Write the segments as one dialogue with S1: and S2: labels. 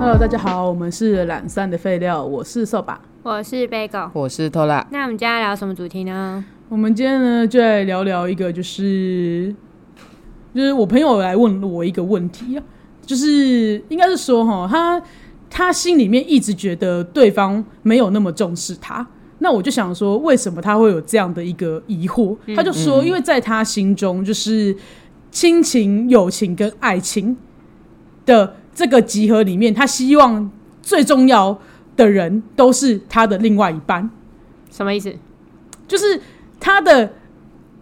S1: Hello，大家好，我们是懒散的废料，我是扫把。
S2: 我是 Bagel。
S3: 我是偷拉，
S2: 那我们今天要聊什么主题呢？
S1: 我们今天呢，就来聊聊一个，就是就是我朋友来问我一个问题啊，就是应该是说哈，他他心里面一直觉得对方没有那么重视他。那我就想说，为什么他会有这样的一个疑惑？他就说，因为在他心中，就是亲情、友情跟爱情的这个集合里面，他希望最重要的人都是他的另外一半。
S2: 什么意思？
S1: 就是他的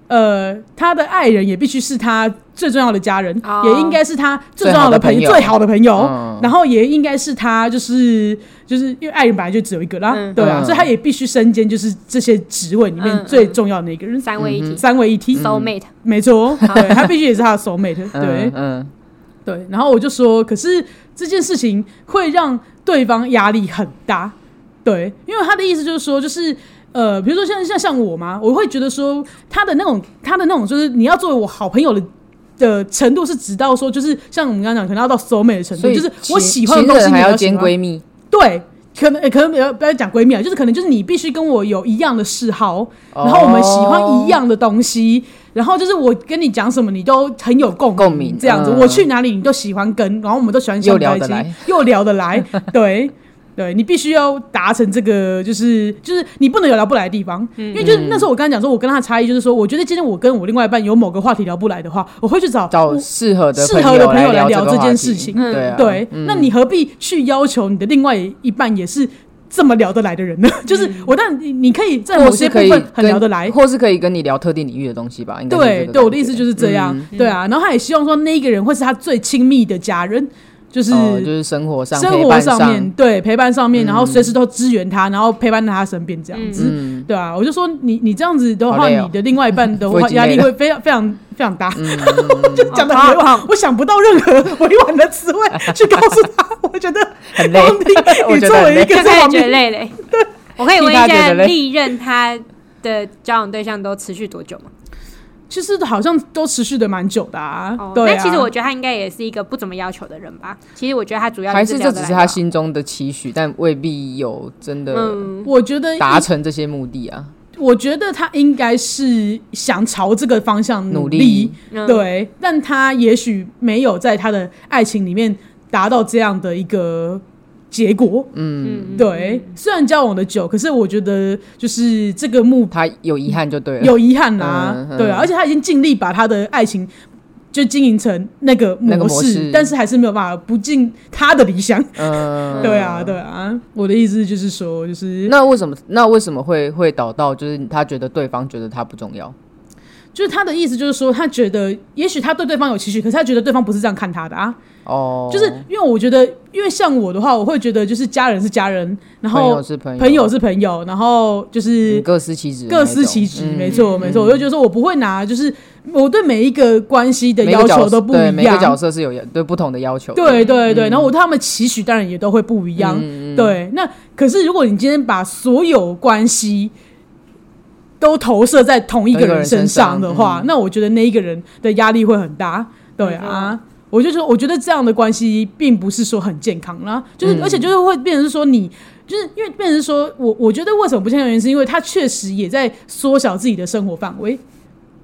S1: 呃，他的爱人也必须是他最重要的家人，
S2: 哦
S1: 也应该是他最重要的朋友、最
S3: 最
S1: 好
S3: 好
S1: 的朋友，
S3: 嗯
S1: 然后也应该是他就是就是因为爱人本来就只有一个啦，
S2: 嗯
S1: 对啊，
S3: 嗯
S1: 所以他也必须身兼就是这些职位里面
S2: 嗯
S1: 最重要的那个人，
S2: 三位一体
S1: 三位一
S3: 嗯
S1: 体，
S2: ，soul mate。
S1: 没错，对他必须也是他的 soul mate，对。
S3: 嗯嗯，
S1: 对，然后我就说，可是这件事情会让对方压力很大，对，因为他的意思就是说，就是呃，比如说像像像我嘛，我会觉得说他的那种他的那种，就是你要作为我好朋友的。的程度是直到说，就是像我们刚刚讲，可能要到 soul mate 的程度，
S3: 所以
S1: 就是
S3: 情
S1: 我喜欢的东
S3: 情
S1: 西
S3: 人
S1: 你
S3: 还
S1: 要
S3: 要
S1: 喜
S3: 兼
S1: 欢
S3: 闺蜜，
S1: 对，可能呃可能不要不要讲闺蜜啊，就是可能就是你必须跟我有一样的嗜好，然后我们喜欢一样的东西，然后就是我跟你讲什么，你都很有共
S3: 共鸣
S1: 这样子。
S3: 嗯
S1: 我去哪里，你都喜欢跟，然后我们都喜欢相在
S3: 又聊
S1: 一
S3: 得
S1: 起
S3: 来，
S1: 又聊得 来，对。对你必须要达成这个，就是就是你不能有聊不来的地方，因为就是那时候我刚才讲说，我跟他的差异就是说，我觉得今天我跟我另外一半有某个话题聊不来的话，我会去找
S3: 哦找适合的
S1: 适合的朋友
S3: 友
S1: 来聊
S3: 聊
S1: 这件
S3: 个话
S1: 事
S3: 题
S1: 情
S3: 对啊
S1: 对，那你何必去要求你的另外一半也是这么聊得来的人呢？ 就是我，但你你可以在某
S3: 或
S1: 些
S3: 是
S1: 部
S3: 可以
S1: 分很
S3: 跟
S1: 聊得来。
S3: 或是可以跟你聊特定领域的东西吧，应该是这
S1: 对
S3: 个
S1: 对，我
S3: 感
S1: 的意思
S3: 觉
S1: 就是这样，
S3: 嗯
S1: 对啊。然后他也希望说那一个人会是他最亲密的家人，就是
S3: 哦就是生活上嗯
S1: 生
S3: 陪
S1: 活
S3: 伴
S1: 上面对陪伴上面，然后随时都支援他，然后陪伴在他身边这样子，
S3: 嗯，
S1: 对啊。我就说你你这样子的话，
S3: 好累
S1: 你
S3: 哦
S1: 的另外一半的
S3: 我
S1: 话
S3: 已经
S1: 压力
S3: 累了
S1: 会非常非常非常大，
S3: 嗯
S1: 就讲的很委婉，我想不到任何委婉的词汇去告诉他，我觉得
S3: 很累
S1: 王斌，
S3: 我
S1: 你
S3: 觉
S1: 作
S3: 得很
S1: 为一
S3: 累
S1: 个在
S2: 就 开始
S1: 旁
S2: 觉得
S1: 边，
S2: 累嘞。我可以问一
S3: 替他觉
S2: 下，
S3: 得累
S2: 历任他的交往对象都持续多久 吗？
S1: 其实好像都持续的蛮久的啊。
S2: 哦，
S1: 对
S2: 那
S1: 啊，
S2: 其实我觉得他应该也是一个不怎么要求的人吧。其实我觉得他主要
S3: 还
S2: 就是聊得
S3: 这只
S2: 来
S3: 是
S2: 吧
S3: 他心中的期许，但未必有真的
S2: 嗯，
S1: 我觉得
S3: 达成这些目的啊，
S1: 我觉得他应该是想朝这个方向
S3: 努
S1: 力
S3: 力，
S2: 嗯，
S1: 对，但他也许没有在他的爱情里面达到这样的一个结果。
S2: 嗯，嗯，
S1: 对，虽然交往的久，可是我觉得就是这个目
S3: 他有遗憾就对了，
S1: 有遗憾啦，
S3: 嗯嗯
S1: 对啊，而且他已经尽力把他的爱情就经营成那个模式，
S3: 那个模式
S1: 但是还是没有办法不尽他的理想。
S3: 嗯，
S1: 对啊，对啊，我的意思就是说，就是
S3: 那为什么那为什么会会导到就是他觉得对方觉得他不重要？
S1: 就是他的意思就是说，他觉得也许他对对方有期许，可是他觉得对方不是这样看他的啊。
S3: 哦，
S1: 就是因为我觉得，因为像我的话，我会觉得就是家人是家人，然
S3: 朋
S1: 后
S3: 友是朋友，啊
S1: 朋友是朋友，然后就是
S3: 嗯各司其职的那
S1: 各
S3: 种，
S1: 司其职，
S3: 嗯
S1: 没错没错。我就觉得说我不会拿，就是我对每一个关系的
S3: 每
S1: 要
S3: 个角
S1: 求
S3: 色
S1: 都不
S3: 对
S1: 一
S3: 每个角
S1: 样。
S3: 色是有对不同的要求的。嗯
S1: 对对对，然后我对他们期许当然也都会不一样。
S3: 嗯，嗯
S1: 对，那可是如果你今天把所有关系都投射在同一个人身上的话，
S3: 同一个人身上嗯
S1: 那我觉得那一个人的压力会很大。对啊，我就说，我觉得这样的关系并不是说很健康啦，就是、
S3: 嗯
S1: 而且就是会变成是说你。就是因为变成说，我我觉得为什么不健康，原因是因为他确实也在缩小自己的生活范围。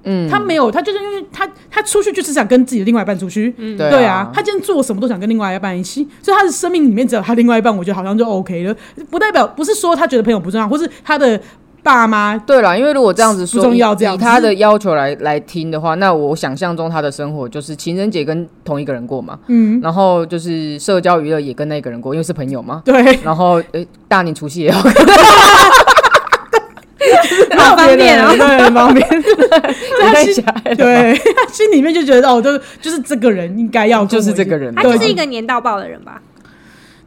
S3: 嗯，
S1: 他没有，他就是因为他他出去就是想跟自己的另外一半出去，
S3: 对
S1: 对啊，他今天做什么都想跟另外一半一起，所以他的生命里面只有他另外一半，我觉得好像就 OK 了。不代表不是说他觉得朋友不重要，或是他的爸妈
S3: 对啦，因为如果这样子说，
S1: 不重要
S3: 以
S1: 这样
S3: 以
S1: 子
S3: 他的要求来来听的话，那我想象中他的生活就是情人节跟同一个人过嘛，嗯，然后就是社交娱乐也跟那个人过，因为是朋友嘛，
S1: 对，
S3: 然后呃大年除夕也要
S2: 好方便
S3: 啊
S2: 哦
S1: 特别 的对，很方 便。
S3: 跟在家，
S1: 对，他心里面就觉得哦，就就是这个人应该要跟我
S3: 就是这
S1: 一起
S3: 个人嘛，啊
S2: 他就是一个年到爆的人吧。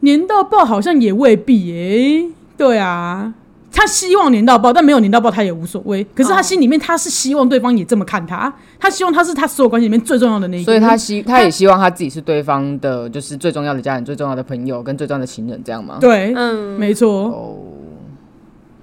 S1: 年到爆，好像也未必耶、对啊。他希望年到爆，但没有年到爆，他也无所谓。可是他
S2: 哦
S1: 心里面，他是希望对方也这么看他，他希望他是他所有关系里面最重要的那一个
S3: 所
S1: 人。
S3: 以他希他也希望他自己是对方的，就是最重要的家人、最重要的朋友跟最重要的情人，这样吗？哦
S1: 对，
S2: 嗯，
S1: 没错。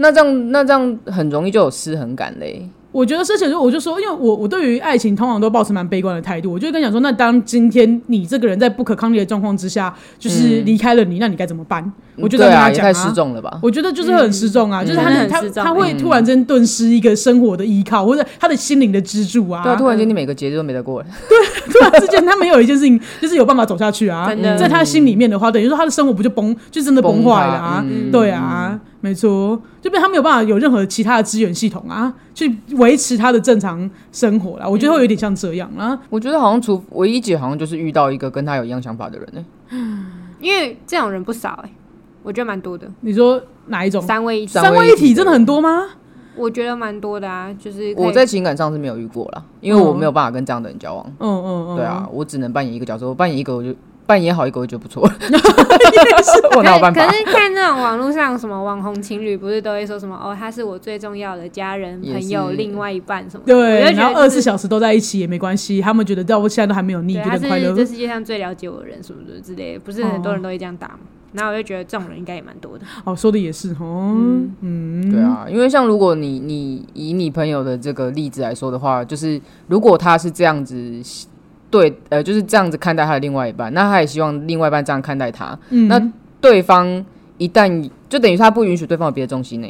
S3: 那这样那这样很容易就有失衡感嘞。
S1: 我觉得之前就我就说，因为我我对于爱情通常都保持蛮悲观的态度，我就会跟你讲说，那当今天你这个人在不可抗力的状况之下，就是离开了你，那你该怎么办？我就在
S3: 对
S1: 跟
S3: 啊，
S1: 他
S3: 也
S1: 讲
S3: 太失重了吧？
S1: 我觉得就是很失重啊，就是他
S2: 嗯
S1: 他
S2: 很失重
S1: 他会突然间顿失一个生活的依靠，或者他的心灵的支柱啊。
S3: 对啊，突然间你每个节日都没得过了，
S1: 突然之间他没有一件事情 就是有办法走下去啊
S2: 真，的
S1: 在他心里面的话，等于说他的生活不就崩，就真的崩坏了啊。
S3: 崩塌嗯
S1: 对啊，没错，就变他没有办法有任何其他的资源系统啊，去维持他的正常生活啦。我觉得会有点像这样啦。
S3: 我觉得好像除唯一姐好像就是遇到一个跟她有一样想法的人呢、
S2: 因为这种人不少哎、我觉得蛮多的，
S1: 你说哪一种？
S2: 三位一体，
S3: 三
S1: 三位
S3: 位
S1: 一
S3: 一
S1: 体
S3: 体
S1: 真的很多吗？
S2: 我觉得蛮多的啊，就是可以
S3: 我在情感上是没有遇过啦，因为我没有办法跟这样的人交往。
S1: 嗯嗯嗯，
S3: 对啊，，我只能扮演一个角色，我扮演一个我就扮演好一个我就不错了， 我哪有
S2: 可
S3: 办
S2: 可
S3: 法？
S2: 是看那种网络上什么网红情侣，不是都会说什么哦，他是我最重要的家人、
S3: 也
S2: 朋友、
S3: 是
S2: 另外一半什么的？
S1: 对
S2: 我，就觉
S1: 然
S2: 得
S1: 后二十四小时都在一起也没关系，他们觉得到现在都还没有腻，
S2: 对，啊
S1: 觉
S2: 他
S1: 得很快乐
S2: 是。这世界上最了解我的人什么的之类的，不是很多人都会这样打吗？然后我就觉得这种人应该也蛮多的。
S1: 哦，说的也是哦，嗯，
S3: 对，啊，因为像如果你你以你朋友的这个例子来说的话，就是如果他是这样子对呃，就是这样子看待他的另外一半，那他也希望另外一半这样看待他，
S1: 嗯，
S3: 那对方一旦就等于他不允许对方有别的重心呢、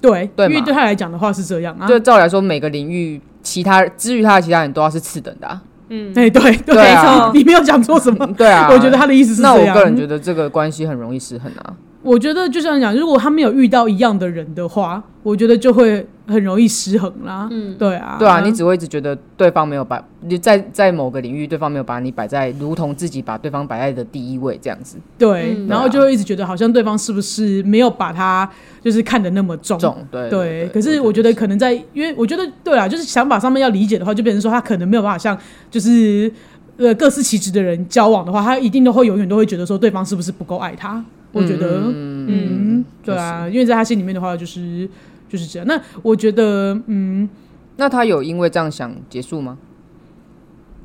S1: 对，
S3: 对
S1: 因为
S3: 嘛
S1: 对他来讲的话是这样啊，
S3: 就照理来说，每个领域其他至于他的其他人都要是次等 的、啊，
S2: 嗯，
S1: 哎，对对，
S3: 对 啊
S1: 你你没有讲错什么。
S3: 对啊，
S1: 我觉得他的意思是这
S3: 那
S1: 样。
S3: 我个人觉得这个关系很容易失衡啊。
S1: 我觉得就像讲，如果他没有遇到一样的人的话，我觉得就会很容易失衡啦。嗯，对啊，
S3: 对啊，你只会一直觉得对方没有把你在在某个领域，对方没有把你摆在如同自己把对方摆在的第一位这样子
S1: 对，
S2: 嗯
S1: 然后就会一直觉得好像对方是不是没有把他就是看得那么重。
S3: 重对
S1: 对，可是我觉
S3: 得
S1: 得可能在，因为我觉得对啦，就是想法上面要理解的话，就变成说他可能没有办法像就是呃各司其职的人交往的话，他一定都会永远都会觉得说对方是不是不够爱他。我觉得，嗯，对啊，因为在他心里面的话，就是就是这样。那我觉得，嗯，
S3: 那他有因为这样想结束吗？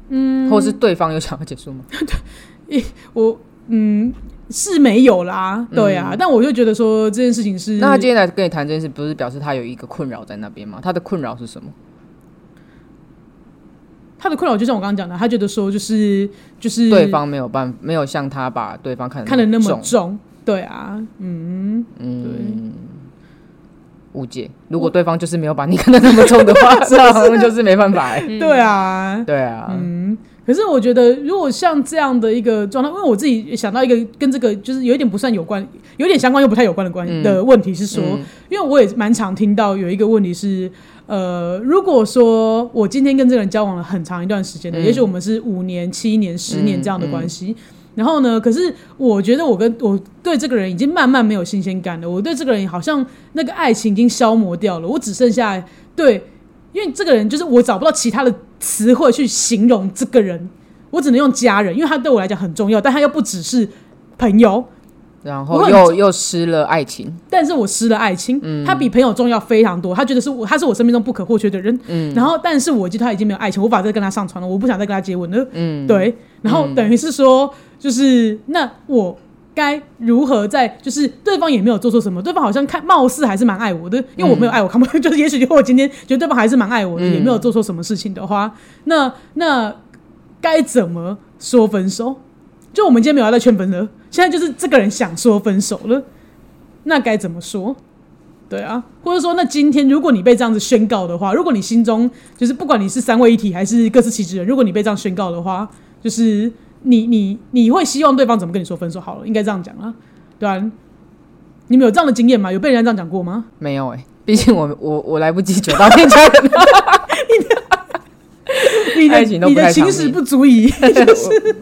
S3: 嗯，或是对方有想要结束吗？
S1: 我嗯是没有啦，对啊，但我就觉得说这件事情是
S3: 嗯那他今天来跟你谈这件事，不是表示他有一个困扰在那边吗？他的困扰是什么？
S1: 他的困扰，就像我刚刚讲的，他觉得说就是就是
S3: 对方没有办没有像他把对方看得
S1: 看得那么
S3: 重
S1: 重，对啊，嗯，
S3: 嗯，误解。如果对方就是没有把你看得那么重的 话，
S1: 啊
S3: 那好像就是没办法欸。
S2: 嗯
S1: 对啊，
S3: 对啊，
S1: 可是我觉得，如果像这样的一个状态，因为我自己想到一个跟这个就是有一点不算有关，有点相关又不太有关的关、
S3: 嗯
S1: 的问题是说，因为我也蛮常听到有一个问题是，呃，如果说我今天跟这个人交往了很长一段时间的，也许我们是五年、七年、十年这样的关系。然后呢？可是我觉得我跟我对这个人已经慢慢没有新鲜感了。我对这个人好像那个爱情已经消磨掉了，我只剩下对因为这个人就是我找不到其他的词汇去形容这个人，我只能用家人，因为他对我来讲很重要，但他又不只是朋友，
S3: 然
S1: 我
S3: 后
S1: 很
S3: 又又失了爱情。
S1: 但是我失了爱情，他比朋友重要非常多，他觉得是我，他是我生命中不可或缺的人，然后但是我已经对他已经没有爱情，我无法再跟他上床了，我不想再跟他接吻了，对，然后等于是说，就是那我。该如何在就是对方也没有做错什么，对方好像看貌似还是蛮爱我的，因为我没有爱我看不就是也许我今天觉得对方还是蛮爱我的，也没有做错什么事情的话，那那该怎么说分手？就我们今天没有要再劝分了，现在就是这个人想说分手了，那该怎么说？对啊，或者说，那今天如果你被这样子宣告的话，如果你心中就是不管你是三位一体还是各司其职人，如果你被这样宣告的话，就是你你你会希望对方怎么跟你说分手？好了，应该这样讲啊，对啊，你们有这样的经验吗？有被人家这样讲过吗？
S3: 没有哎、毕竟我我我来不及九到天家人，
S1: 你的
S3: 爱情都
S1: 你
S3: 不
S1: 的
S3: 太常
S1: 情史
S3: 见
S1: 不足以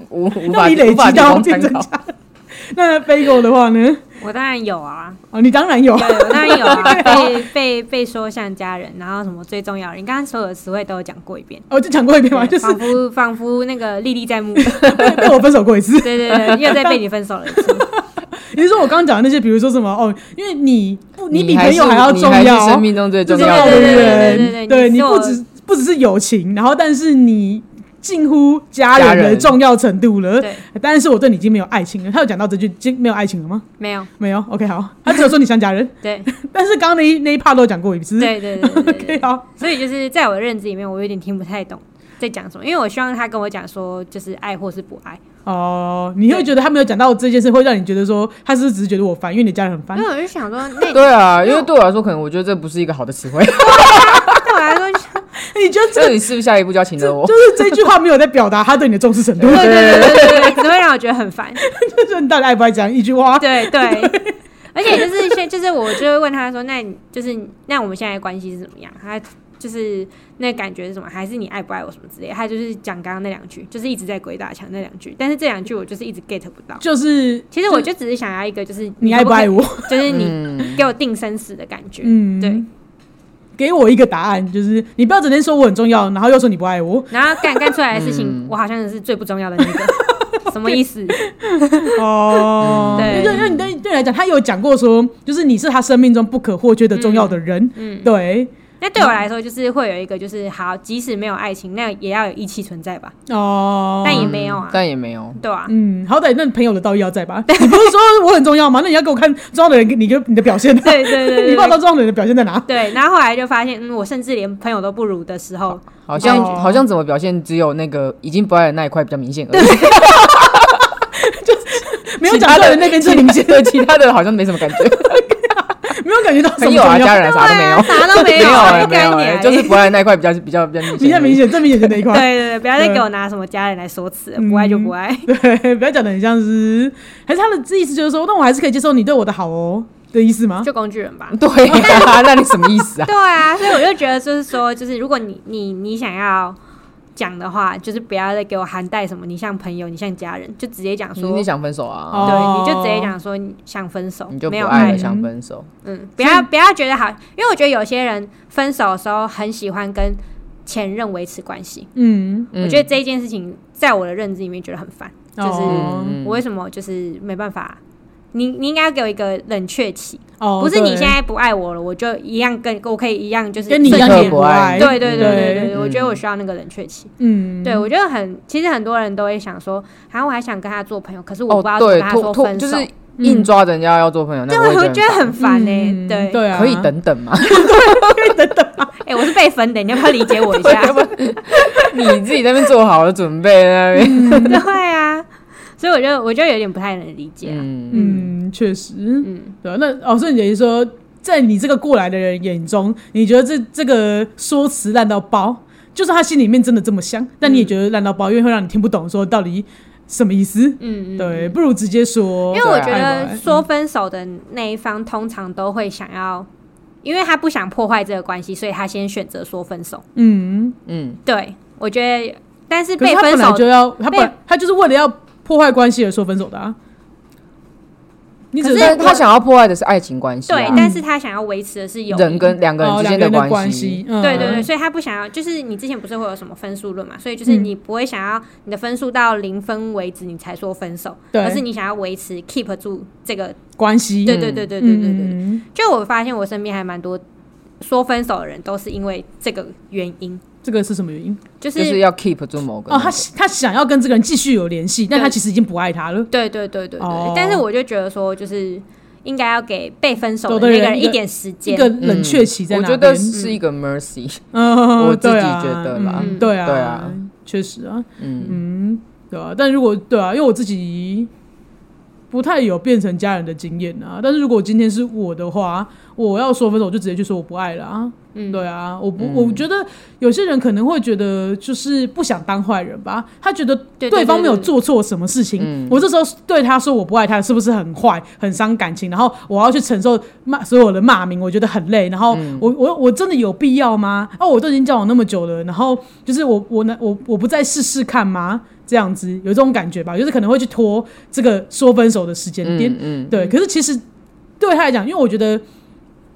S3: 无 无
S1: 让
S3: 法
S1: 你累
S3: 无
S1: 积
S3: 法提
S1: 到
S3: 供
S1: 变
S3: 参
S1: 成
S3: 考。
S1: 家。 那 Bagel 的话呢？
S2: 我当然有 啊，
S1: 哦，你当然 有，
S2: 对，我当 然有啊，被被被说像家人，然后什么最重要的人，你刚刚所有的词汇都有讲过一遍，
S1: 哦，就讲过一遍嘛，
S2: 对
S1: 就是
S2: 仿佛仿佛那个历历在目。
S1: 被被我分手过一次。
S2: 对对对，又再被你分手了一 次。
S1: 你是说我刚刚讲的那些，比如说什么哦，因为你不，你比朋友
S3: 还
S1: 还要
S3: 是
S1: 重
S3: 你还是
S1: 要哦
S3: 生，命中最重
S1: 重
S3: 要
S1: 要
S3: 的
S1: 的
S2: 对对对对对
S1: 人，
S2: 对对对
S1: 你
S2: 你是
S1: 不
S2: 我
S1: 只不只是友情，然后但是你近乎家人
S3: 家
S1: 的
S3: 人
S1: 重要程度了。
S2: 对，
S1: 但是我对你已经没有爱情了。他有讲到这句，已经没有爱情了吗？
S2: 没有，
S1: 没有。OK，好，他只有说你像家人，
S2: 对，
S1: 但是刚刚那一那一 part 都有讲过一次。
S2: 对对对对对
S1: OK，好，
S2: 所以就是在我的认知里面，我有点听不太懂在讲什么，因为我希望他跟我讲说，就是爱或是不爱。
S1: 哦、你会觉得他没有讲到这件事，会让你觉得说他是不是只是觉得我烦，因为你家人很烦
S2: 因。为我就想 说，那
S3: 对啊，因为对我来说，可能我觉得这不是一个好的词汇。
S2: 对我来说就是，
S1: 哎你觉得这
S3: 那你是不是下一步就要请
S1: 这
S3: 了我
S1: 就？是这句话没有在表达他对你的重视程度，
S2: 对对对对对对，只会让我觉得很烦。
S1: 就是你到底爱不爱讲一句话？
S2: 对对。而且就是现，就是我就会问他说：“那你就是那我们现在的关系是怎么样？”他就是那感觉是什么？还是你爱不爱我什么之类的？他就是讲刚刚那两句，就是一直在鬼打墙那两句。但是这两句我就是一直 get 不到。
S1: 就是
S2: 其实我就只是想要一个，就是
S1: 你爱不爱
S2: 我，
S1: 我？
S2: 就是你
S3: 嗯，
S2: 给我定生死的感觉。
S1: 嗯，
S2: 对。
S1: 给我一个答案，就是你不要整天说我很重要，然后又说你不爱我。
S2: 然后干干出来的事
S3: 嗯
S2: 情，我好像是最不重要的那个，什么意思？
S1: 哦，
S2: 嗯对
S1: 因为因为你对对你来讲，他有讲过说，就是你是他生命中不可或缺的重要的人。
S2: 嗯，
S1: 对，
S2: 那对我来说就是会有一个，就是好，即使没有爱情，那也要有义气存在吧？
S1: 哦，
S2: 但也没有啊，
S3: 但也没有。
S2: 对啊，
S1: 嗯，好歹那朋友的道义要在吧？你不是说我很重要吗？那你要给我看重要的人，你跟你的表现啊，
S2: 对对 对
S1: 你
S2: 对
S1: 把
S2: 对。
S1: 到重要的人的表现在哪？
S2: 对，然后后来就发现，嗯，我甚至连朋友都不如的时 候，
S3: 好像、
S1: 哦
S3: 好像怎么表现，只有那个已经不爱的那一块比较明显而已，
S1: 没有讲到的那边最明显，
S3: 对其他的好像没什么感觉，
S1: 没有感觉到什么
S3: 朋友
S1: 重
S3: 啊、
S1: 要
S3: 家人啊啥都没有，
S2: 对啊啥都没有
S3: 没有
S2: 不该
S3: 没有欸哎
S2: 你啊
S3: 就是不爱的那一块比较比较比较明显，
S1: 比较明。显，最明显就那一
S2: 对
S1: 块。
S2: 对对，不要再给我拿什么家人来说辞了，
S1: 嗯
S2: 不爱就不爱，
S1: 对，不要讲的很像是，还是他的意思就是说，那我还是可以接受你对我的好哦的意思吗？
S2: 就工具人吧。
S3: 对啊， 那你什么意思啊？
S2: 对啊，所以我就觉得就是说，就是如果你你你想要讲的话，就是不要再给我含带什么，你像朋友，你像家人，就直接讲
S3: 你
S2: 说
S3: 你，想分手啊？
S1: 哦
S2: 对，你就直接讲说你想分手，
S3: 你就不
S2: 没有
S3: 爱
S1: 爱
S3: 了，想分手，
S2: 嗯，不要不要觉得好，因为我觉得有些人分手的时候很喜欢跟前任维持关系，
S1: 嗯，
S3: 嗯
S2: 我觉得这一件事情在我的认知里面觉得很烦，就是
S1: 哦
S3: 嗯
S2: 我为什么就是没办法。你你应该给我一个冷却期，
S1: 哦，
S2: 不是你
S1: 对
S2: 现在不爱我了，我就一样跟我可以一样就是
S1: 跟你一
S2: 顺
S1: 样
S2: 其
S3: 立刻
S1: 也
S3: 不
S1: 不爱
S3: 爱
S2: 对对对对
S1: 对
S2: 对对，我觉得
S3: 嗯
S2: 我需要那个冷却期。
S1: 嗯，
S2: 对我觉得很，其实很多人都会想说，好像我还想跟他做朋友，可是我不知道怎么
S3: 哦对，
S2: 跟他
S3: 拖
S2: 说
S3: 拖
S2: 分
S3: 就
S2: 手
S3: 是，硬抓着人家要做朋友，那
S2: 对，
S3: 嗯我
S2: 我
S3: 会
S2: 觉
S3: 觉
S2: 得
S3: 得
S2: 很烦
S1: 嗯
S2: 呢。对，
S1: 对啊，
S3: 很烦可以等等嘛，
S2: 哎，我是被分的，你要不要理解我一下？
S3: 你自己在那边做好了准备，在那 边，
S2: 对啊，所以我就我就有点不太能理解啊。
S3: 嗯，
S1: 嗯，确实，
S2: 嗯，
S1: 对啊，那哦，所以你等于说，在你这个过来的人眼中，你觉得这这个说辞烂到爆，就算他心里面真的这么想，但你也觉得烂到爆，因为会让你听不懂说到底什么意思。
S2: 嗯嗯，
S1: 对，不如直接说，
S2: 因为我
S3: 对啊
S2: 觉得
S1: 嗯
S2: 说分手的那一方通常都会想要，因为他不想破坏这个关系，所以他先选择说分手。
S1: 嗯，
S3: 嗯，
S2: 对，我觉得，但是
S1: 可是
S2: 被
S1: 他
S2: 分
S1: 本来
S2: 手
S1: 就要，他本
S2: 被
S1: 来他就是为了要破坏关系而说分手的啊。你只
S2: 可是
S3: 但
S2: 我
S3: 他想要破坏的是爱情关系啊，
S2: 对，但是他想要维持的是友
S3: 人
S2: 谊。
S3: 跟两个人
S1: 哦
S3: 之
S1: 两
S3: 间
S1: 个人的
S3: 关系，
S1: 系，嗯
S2: 对对对，，所以他不想要，就是你之前不是会有什么分数论嘛，所以就是
S1: 嗯
S2: 你不会想要你的分数到零分为止你才说分手，
S1: 对
S2: 而是你想要维持 keep 住这个，
S1: 关系，
S2: 对
S1: 嗯
S2: 对对对对对对对
S1: 嗯
S2: 就我发现我身边还蛮多说分手的人都是因为这个原因，
S1: 这个是什么原因？
S2: 就、
S3: 就是是要 keep 住某个
S1: 哦，
S3: 那
S1: 他
S3: 个。
S1: 他想要跟这个人继续有联系，但他其实已经不爱他了。
S2: 对对对对对，
S1: 哦
S2: 但是我就觉得说就是应该要给被分手
S1: 走
S2: 的
S1: 的
S2: 那个
S1: 人
S2: 人
S1: 一个
S2: 一点时
S1: 一
S2: 间，
S1: 个冷却期在
S3: 嗯我
S1: 哪
S3: 觉
S1: 边？
S3: 得是一个 mercy，
S1: 嗯，
S3: 我自己
S1: 对啊
S3: 觉得啦
S1: 嗯对啊，
S3: 对啊，
S1: 确实啊，
S3: 嗯，
S1: 嗯，对啊。但如果对啊，因为我自己不太有变成家人的经验啊。但是如果今天是我的话，我要说分手，我就直接就说我不爱了啊。
S2: 嗯，
S1: 对啊，我不，我觉得有些人可能会觉得就是不想当坏人吧，他觉得
S2: 对对
S1: 对方没有
S2: 对对
S1: 做错什么事情，
S3: 嗯
S1: 我这时候对他说我不爱他，是不是很坏，很伤感情？然后我要去承受骂所有的骂名，我觉得很累。然后
S3: 嗯
S1: 我我我真的有必要吗？哦，我都已经交往那么久了，然后就是我我能我我不再试试看吗？这样子有这种感觉吧，就是可能会去拖这个说分手的时间点。
S3: 嗯，
S1: 对，可是其实对他来讲，因为我觉得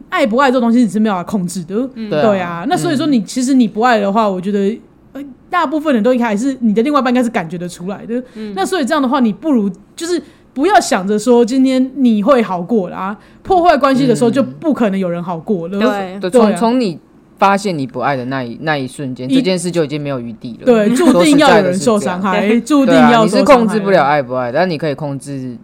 S1: 爱不爱这东西你是没有办法控制的。
S3: 嗯
S1: 对啊，那所以说你、其实你不爱的话，我觉得呃大部分人都应该还是你的另外一半应该是感觉得出来的。
S3: 嗯
S1: 那所以这样的话，你不如就是不要想着说今天你会好过啦，破坏关系的时候就不可能有人好过了。
S2: 对
S3: 嗯对，
S1: 对啊
S3: 从从你发现你不爱的那一那一瞬间，
S1: 一
S3: 这件事就已经没有余地了。
S1: 对，注
S3: 说实
S1: 定要
S3: 在
S1: 有
S3: 的
S1: 人
S3: 是
S1: 受
S3: 这样
S1: 伤害，
S2: 对
S1: 注定
S3: 对啊，
S1: 要
S3: 你
S1: 受
S3: 是
S1: 伤
S3: 控制
S1: 害
S3: 不了，爱不爱，但你可以控制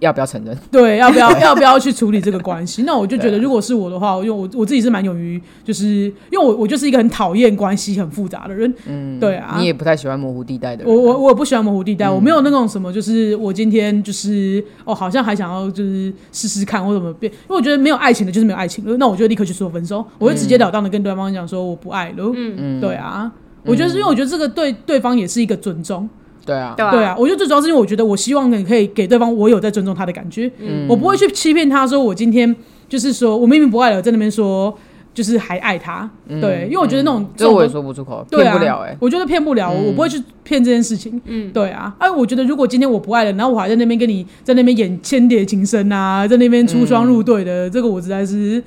S3: 要不要承认。
S1: 对，要不 要要不要去处理这个关系？那我就觉
S3: 对
S1: 得，如果是我的话，我就我我自己是蛮勇于，就是因为我我就是一个很讨厌关系很复杂的人，
S3: 嗯，
S1: 对啊
S3: 你也不太喜欢模糊地带的人
S1: 我
S3: 啊。
S1: 我我不喜欢模糊地带，我没有
S3: 嗯
S1: 那种什么，就是我今天就是哦，好像还想要就是试试看或怎么变，因为我觉得没有爱情的就是没有爱情了，那我就立刻去说分手，我就直截了当的跟对方讲说我不爱了，
S2: 嗯，
S3: 嗯，
S1: 对啊。我觉得是因为我觉得这个对对方也是一个尊重，
S3: 对啊，
S2: 对吧？
S1: 对啊，我觉得最主要是因为我觉得我希望你可以给对方我有在尊重他的感觉，
S3: 嗯
S1: 我不会去欺骗他说我今天就是说我明明不爱了，在那边说就是还爱他，对，因为我觉得那种、这
S3: 嗯这
S1: 种
S3: 我也
S1: 东
S3: 说不出口，
S1: 对
S3: 骗
S1: 啊，
S3: 不了哎。
S1: 我觉得骗不了，我不会去骗这件事情。
S2: 嗯
S1: 对啊，哎，我觉得如果今天我不爱了，然后我还在那边跟你在那边演千叠情深啊，在那边出双入对
S3: 嗯
S1: 的，这个我实在是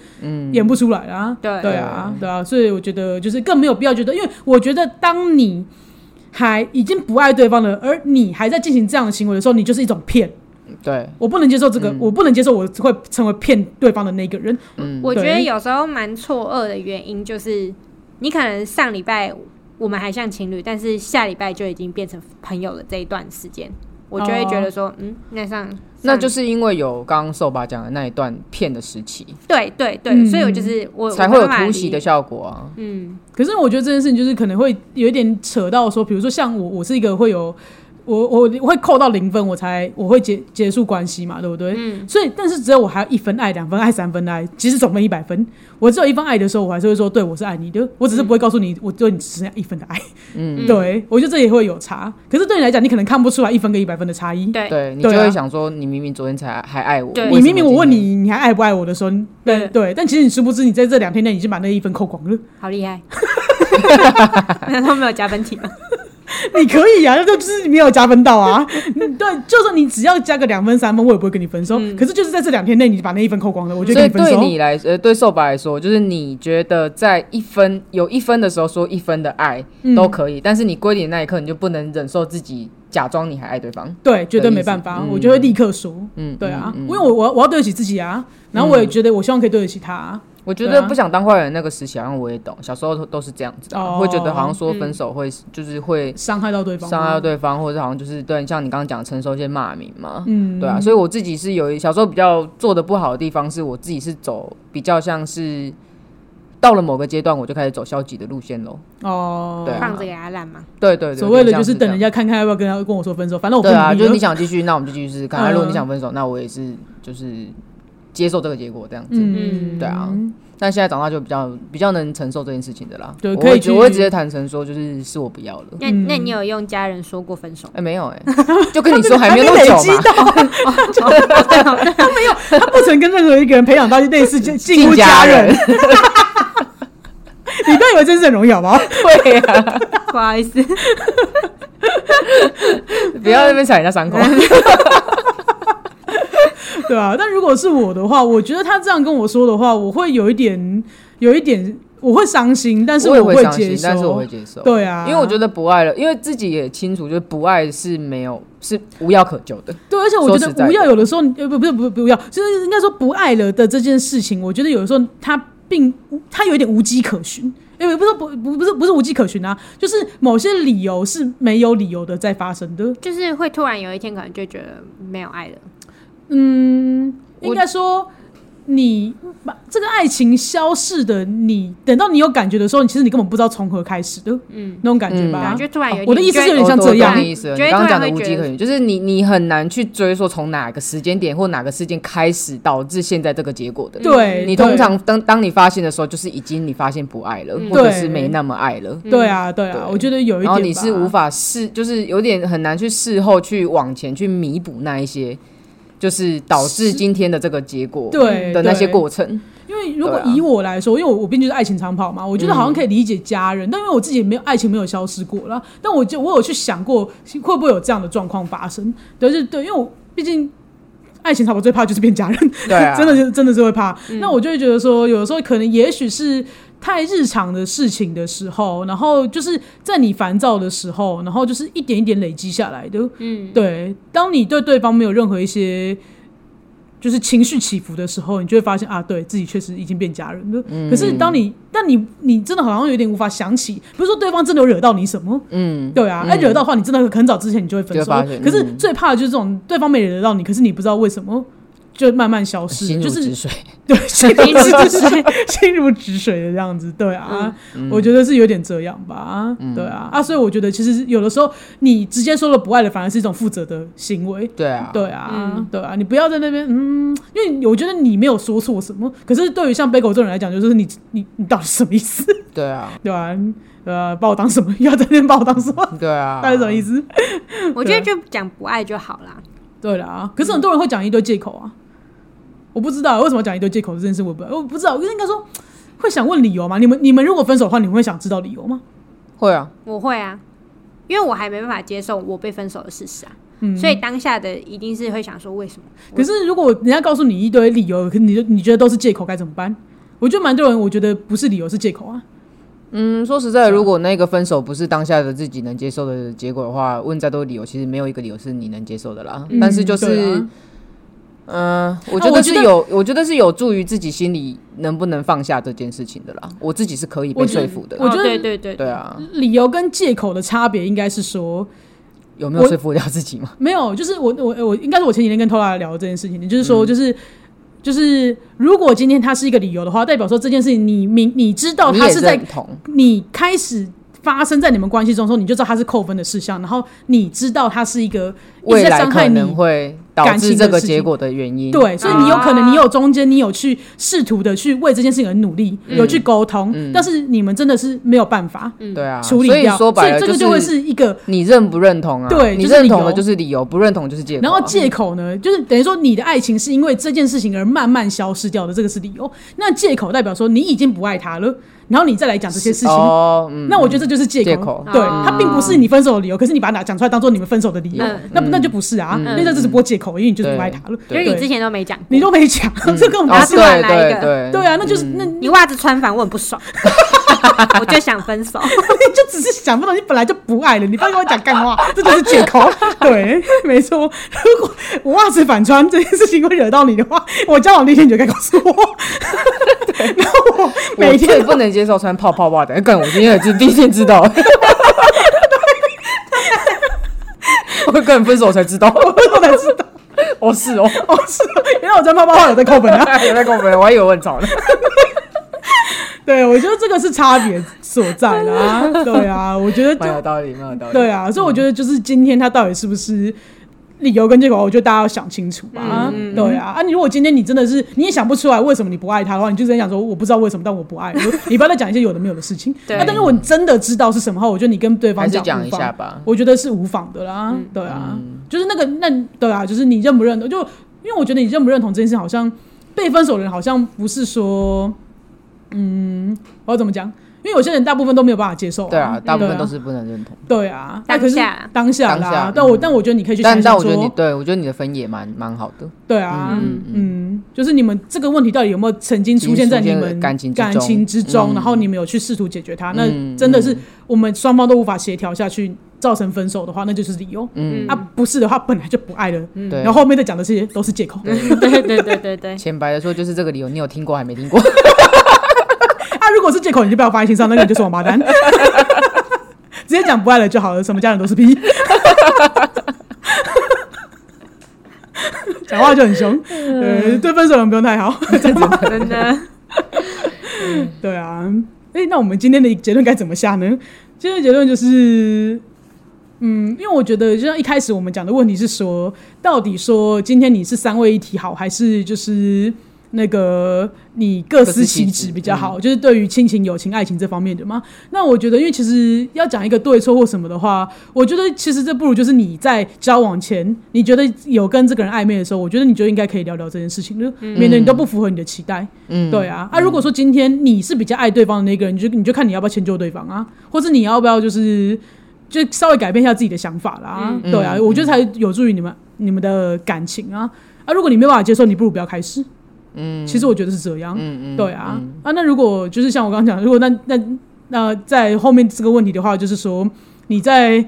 S1: 演不出来啊。
S2: 对
S1: 对啊，对啊，所以我觉得就是更没有必要觉得，因为我觉得当你还已经不爱对方了，而你还在进行这样的行为的时候，你就是一种骗。
S3: 对，
S1: 我不能接受这个，
S3: 嗯
S1: 我不能接受我会成为骗对方的那个人。
S3: 嗯
S2: 我觉得
S1: 对
S2: 有时候蛮错愕的原因就是，你可能上礼拜我们还像情侣，但是下礼拜就已经变成朋友的这一段时间，我就会觉
S1: 哦
S2: 得说，嗯，那上
S3: 那就是是因为有刚刚瘦爸讲的那一段骗的时期，
S2: 对对对，
S1: 嗯
S2: 所以我就是我
S3: 才会有
S2: 我没办法
S3: 突袭的
S2: 理
S3: 效果啊。
S2: 嗯，
S1: 可是我觉得这件事情就是可能会有一点扯到说，比如说像我，我是一个会有我我我会扣到零分，我才我会结结束关系嘛，对不对？嗯。所以，但是只有我还有一分爱、两分爱、三分爱，即使总分一百分，我只有一分爱的时候，我还是会说，对我是爱你的，我只是不会告诉你，我对你只剩下一分的爱。嗯， 对，我觉得这也会有差。可是对你来讲，你可能看不出来一分跟一百分的差异。
S2: 对
S3: 对你就
S1: 对啊
S3: 会想说，你明明昨天才还爱我，
S2: 对
S3: 为什
S1: 你
S3: 么
S1: 明明我问
S3: 今天，
S1: 你，你还爱不爱我的时候，
S2: 对
S1: 对对，但其实你殊不知，你在这两天内已经把那一分扣光了。
S2: 好 厉害，难道没有加分题吗？
S1: 你可以啊，那就就是没有加分到 啊。嗯对，就算你只要加个两分三分，我也不会跟你分手。可是就是在这两天内，你把那一分扣光了，我就
S3: 嗯所
S1: 跟
S3: 以
S1: 你分
S3: 对
S1: 手。
S3: 你来，呃，对瘦爸来说，就是你觉得在一分有一分的时候说一分的爱
S1: 嗯
S3: 都可以，但是你归零的那一刻，你就不能忍受自己假装你还爱对方。
S1: 对，绝对没办法，
S3: 嗯
S1: 我就会立刻说，
S3: 嗯，
S1: 对啊，
S3: 嗯
S1: 因为我我要我要对得起自己啊，然后我也觉得我希望可以对得起他啊、
S3: 我觉
S1: 对
S3: 得
S1: 啊
S3: 不想当坏人那个时期，好像我也懂，小时候都都是这样子的啊，
S1: 哦
S3: 会觉得好像说分手会就是会
S1: 伤害到对方，啊
S3: 伤害到，对方，或者好像就是对，像你刚刚讲承受一些骂名嘛，
S1: 嗯，
S3: 对啊，所以我自己是有一小时候比较做的不好的地方，是我自己是走比较像是到了某个阶段，我就开始走消极的路线喽。
S1: 哦，
S3: 对啊
S2: 放着给他烂
S1: 嗯
S2: 吗？
S3: 对对对，
S1: 所谓的就是
S3: 有点
S1: 等人
S3: 像
S1: 家看看要不要跟他跟我说分手，反正我不
S3: 这样。对啊，
S1: 努力
S3: 就是
S1: 了
S3: 你想继续，那我们就继续试试看；啊
S1: 嗯
S3: 如果你想分手，那我也是就是接受这个结果这样子。
S1: 嗯，
S3: 对啊，但现在长大就比较比较能承受这件事情的啦。
S1: 对
S3: 我
S1: 可以
S3: 会
S1: 去
S3: 我会直接坦诚说，就是是我不要 了。
S2: 那那你有用家人说过分手吗？
S3: 哎、没有哎、就跟你说
S1: 还
S3: 没有那么
S1: 累
S3: 久
S1: 积
S3: 嘛，
S1: 到，他不曾跟任何一个人培养到类 似近近乎家人，
S3: 人
S1: 你不要以为真是很容易好不好？
S3: 对啊，
S2: 不好意思，
S3: 不要在那边踩人家伤
S1: 哎
S3: 口。
S1: 对啊，但如果是我的话，我觉得他这样跟我说的话，我会有一点，有一点，我会伤心，但是
S3: 我也
S1: 会
S3: 伤
S1: 接
S3: 心，
S1: 受，
S3: 但是我会接受。
S1: 对啊，
S3: 因为我觉
S1: 得
S3: 得不爱了，因为自己也清楚，就是不爱是没有是无药可救的。
S1: 对，而且我觉
S3: 说实在
S1: 得
S3: 的
S1: 不要有的时候，呃，不，不是，不，不要，就是应该说不爱了的这件事情，我觉得有的时候他并他有一点无迹可寻。因为不是不不不是不是无迹可寻啊，就是某些理由是没有理由的在发生的。
S2: 就是会突然有一天可能就觉得没有爱了，
S1: 嗯应该说，你把这个爱情消逝的你，等到你有感觉的时候，你其实你根本不知道从何开始的，嗯，那种感觉
S3: 嗯
S1: 吧。
S2: 然后就突然有一
S1: 哦
S2: 天
S1: 我的意思是有点像这
S3: 哦我懂
S1: 样，
S3: 你意思了。
S2: 觉得
S3: 你刚刚讲的
S2: 突然
S3: 无
S2: 会
S3: 迹
S2: 觉
S3: 可
S2: 得
S3: 寻，就是你你很难去追溯从哪个时间点或哪个事件开始导致现在这个结果的。
S1: 对，
S3: 你
S1: 对
S3: 通常当当你发现的时候，就是已经你发现不爱了，或者
S1: 对
S3: 是没那么爱了。
S1: 对啊，对啊，
S3: 对
S1: 我觉得有一点
S3: 然
S1: 吧，
S3: 后你是无法事，就是有点很难去事后去往前去弥补那一些，就是导致今天的这个结果
S1: 对
S3: 的那些
S1: 对
S3: 过程。
S1: 因为如果
S3: 对啊嗯
S1: 以我来说，因为我我毕竟是爱情长跑嘛，我觉得好像可以理解家人，但因为我自己也没有爱情没有消失过啦，但我就我有去想过会不会有这样的状况发生，对，就是对，因为我毕竟爱情长跑最怕就是变家人，
S3: 对 啊，嗯
S1: 真的是真的是会怕。那我就会觉得说，有的时候可能也许是太日常的事情的时候，然后就是在你烦躁的时候，然后就是一点一点累积下来的。
S2: 嗯，
S1: 对，当你对对方没有任何一些。就是情绪起伏的时候，你就会发现啊，对自己确实已经变家人了。
S3: 嗯
S1: 可是当你，但你你真的好像有点无法想起，不是说对方真的有惹到你什么，
S3: 嗯，
S1: 对啊，哎、惹到的话，你真的很早之前你就会分
S3: 就
S1: 手
S3: 发现。
S1: 可是
S3: 嗯
S1: 最怕的就是这种对方没惹到你，可是你不知道为什么。就慢慢消失，
S3: 心如
S1: 就是
S3: 止水，
S1: 对，心如 止水，心如止水的这样子，对啊，
S3: 嗯
S1: 我觉得是有点这样吧，对啊，啊，所以我觉得其实有的时候你直接说了不爱了，反而是一种负责的行为，
S3: 对啊，
S1: 对啊，
S2: 嗯
S1: 对啊，你不要在那边，嗯，因为我觉得你没有说错什么，可是对于像 b 狗这种人来讲，就是你你你到底什么意思，
S3: 对啊，
S1: 对吧、呃，把我当什么？ 又要在那边把我当什么？
S3: 对啊，
S1: 到底什么意
S3: 思？
S1: 思？
S2: 我觉得就讲不爱就好啦。
S1: 对啦，可是很多人会讲一堆借口啊，我不知道为什么讲一堆借口这件事，我也不知道我不知道，我应该说会想问理由吗？你们你们如果分手的话，你们会想知道理由吗？
S3: 会啊，
S2: 我会啊，因为我还没办法接受我被分手的事实啊，
S1: 嗯，
S2: 所以当下的一定是会想说为什么？
S1: 可是如果人家告诉你一堆理由，可你就你觉得都是借口，该怎么办？我觉得蛮多人，我觉得不是理由是借口啊，
S3: 嗯，说实
S1: 啊
S3: 在的，如果那个分手不是当下的自己能接受的结果的话，问再多理由，其实没有一个理由是你能接受的啦。但是就
S1: 嗯对
S3: 是
S1: 啊，
S3: 嗯、我
S1: 啊
S3: 觉
S1: 我觉
S3: 得是
S1: 得
S3: 有，我觉得是有助于自己心里能不能放下这件事情的啦。我自己是可以被
S1: 我觉
S3: 说
S1: 得
S3: 服的，
S1: 我觉得
S2: 哦对对对
S3: 对，啊，
S1: 理由跟借口的差别应该是说，
S3: 有没有
S1: 我
S3: 说服掉自己嘛？
S1: 没有，就是我我我应该是我前几天跟偷拉聊这件事情，就是
S3: 嗯
S1: 说，就是、就是，如果今天它是一个理由的话，代表说这件事情你明你知道
S3: 你
S1: 它
S3: 也
S1: 是在
S3: 认同，
S1: 你开始发生在你们关系中的时候，你就知道它是扣分的事项，然后你知道它是一个一直
S3: 未
S1: 在
S3: 来
S1: 伤害
S3: 可
S1: 你
S3: 能。会导
S1: 感
S3: 致
S1: 情
S3: 这
S1: 的
S3: 个
S1: 事
S3: 结
S1: 情
S3: 果的原因。
S1: 对，所以你有可能
S2: 啊
S1: 你有中间你有去试图的去为这件事情而努力，有去沟通，但是你们真的是没有办法
S3: 对啊，
S1: 处理
S3: 所以
S1: 掉，
S3: 说白了
S1: 这个
S3: 是
S1: 就会是一个。
S3: 你认不认同啊？
S1: 对
S3: 你
S1: 就是
S3: 认
S1: 理
S3: 同的
S1: 由
S3: 就是理由，不认同就是借口啊。
S1: 然后借口呢，就是等于说你的爱情是因为这件事情而慢慢消失掉的，这个是理由。那借口代表说你已经不爱他了，然后你再来讲这些事情，
S3: 哦，嗯，
S1: 那我觉得这就是借口。
S3: 借口
S1: 对，
S2: 哦
S1: 它并不是你分手的理由，可是你把它讲出来当做你们分手的理由，
S2: 嗯
S1: 那不那就不是啊，那这只是播借口，因为你就是不爱他了，
S2: 因为你之前都没讲过，
S1: 你都没讲，这根本不
S3: 哦
S2: 拿
S1: 是
S2: 出
S1: 啊。
S2: 来
S3: 对
S2: 来一
S3: 对
S2: 个
S3: 对，
S1: 对啊，那就是那
S2: 你袜子穿反，我很不爽， 我就想分手。
S1: 你就只是想不到，你本来就不爱了，你不要跟我讲干话，这就是借口。对，没错。如果我袜子反穿这件事情会惹到你的话，我交往第一天你就该告诉我。对， 然后我每
S3: 我
S1: 天
S3: 最不能接受穿泡泡袜的，干！我今天也是第一天知道， 我跟人分手才知道，
S1: 我才知道，
S3: 哦是哦，
S1: 哦，是，原来我在泡泡话有在扣分啊。
S3: 有在跟我们，我还以为我很吵呢。
S1: 对，我觉得这个是差别所在 啦。对啊，我觉得
S3: 蛮
S1: 就
S3: 有道理，蛮有道理。
S1: 对啊，所以我觉得就是今天他到底是不是理由跟借口，我觉得大家要想清楚吧。
S3: 嗯
S1: 对啊，啊，你如果今天你真的是你也想不出来为什么你不爱他的话，你就直接讲说我不知道为什么，但我不爱，我你不要再讲一些有的没有的事 情。
S2: 对
S1: 啊，但是我真的知道是什么话，我觉得你跟对方
S3: 还是讲
S1: 无
S3: 一
S1: 妨
S3: 下吧
S1: 我觉得是无妨的啦。
S3: 嗯
S1: 对啊，就是那个那对啊，就是你认不认同？就因为我觉得你认不认同这件事，好像被分手的人好像不是说，嗯，我要怎么讲？因为有些人大部分都没有办法接受、
S3: 对啊，大部分
S1: 对啊
S3: 都是不能认同。
S1: 对啊， 那
S2: 当
S1: 可是
S2: 下
S1: 当下
S3: 当下
S1: 啦。但我
S3: 嗯
S1: 但我觉得你可以去想
S3: 但但
S1: 想
S3: 我觉得你
S1: 说，
S3: 对我觉得你的分也蛮蛮好的，
S1: 对啊，
S3: 嗯
S1: 嗯，就是你们这个问题到底有没有曾经出现在你
S3: 已经出现
S1: 们
S3: 在感情之中
S1: 感情之中，
S3: 嗯
S1: 然后你们有去试图解决它，那
S3: 嗯
S1: 真的是我们双方都无法协调下去，造成分手的话，那就是理由。
S3: 嗯，
S1: 啊，不是的话，本来就不爱了，
S3: 对
S1: 然。后后面再讲的这些都是借口。
S2: 对对对对对，
S3: 浅白的说，就是这个理由，你有听过还没听过？
S1: 啊，如果是借口，你就不要放在心上，那个人就是王八 蛋，直接讲不爱了就好了，什么家人都是 屁，讲话就很凶，呃，对分手的人不用太好， 真的，
S2: 真的。
S1: 对啊，哎、那我们今天的结论该怎么下呢？今天的结论就是。嗯，因为我觉得，就像一开始我们讲的问题是说，到底说今天你是三位一体好，还是就是那个你各
S3: 各司
S1: 司其
S3: 其
S1: 职
S3: 职
S1: 比较好？就是对于亲情、友情、爱情这方面的嘛。那我觉得，因为其实要讲一个对错或什么的话，我觉得其实这不如就是你在交往前，你觉得有跟这个人暧昧的时候，我觉得你就应该可以聊聊这件事情，就免得你都不符合你的期待。
S3: 嗯，
S1: 对啊，啊，如果说今天你是比较爱对方的那个人，你就你就看你要不要迁就对方啊，或是你要不要就是就稍微改变一下自己的想法啦。
S3: 嗯
S1: 对啊，
S3: 嗯
S1: 我觉得才有助于你们你们的感情啊。啊，如果你没有办法接受，你不如不要开始。
S3: 嗯，
S1: 其实我觉得是这样。
S3: 嗯嗯，
S1: 对啊，
S3: 嗯
S1: 啊，那如果就是像我刚刚讲，如果那那那在后面这个问题的话，就是说你在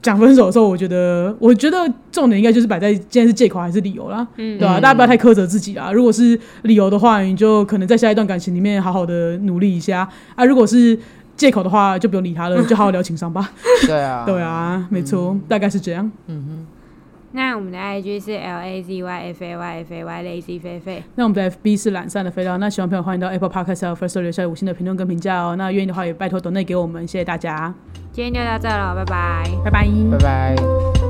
S1: 讲分手的时候，我觉得，我觉得重点应该就是摆在现在是借口还是理由啦，
S2: 嗯
S1: 对吧、啊大家不要太苛责自己啦。如果是理由的话，你就可能在下一段感情里面好好的努力一下啊。如果是借口的话，就不用理他了，就好好聊情商吧。
S3: 对啊，
S1: 对，啊，没错，大概是这样。
S2: 那我们的 IG 是 L A Z Y F A Y F A Y Lazy 菲菲，
S1: 那我们的 FB 是懒散的肥料，那喜欢朋友欢迎到 Apple Podcast 和 First Story 留下五星的评论跟评价哦。那愿意的话也拜托抖内给我们，谢谢大家，
S2: 今天就到这了，拜拜。
S1: 拜拜
S3: 拜拜。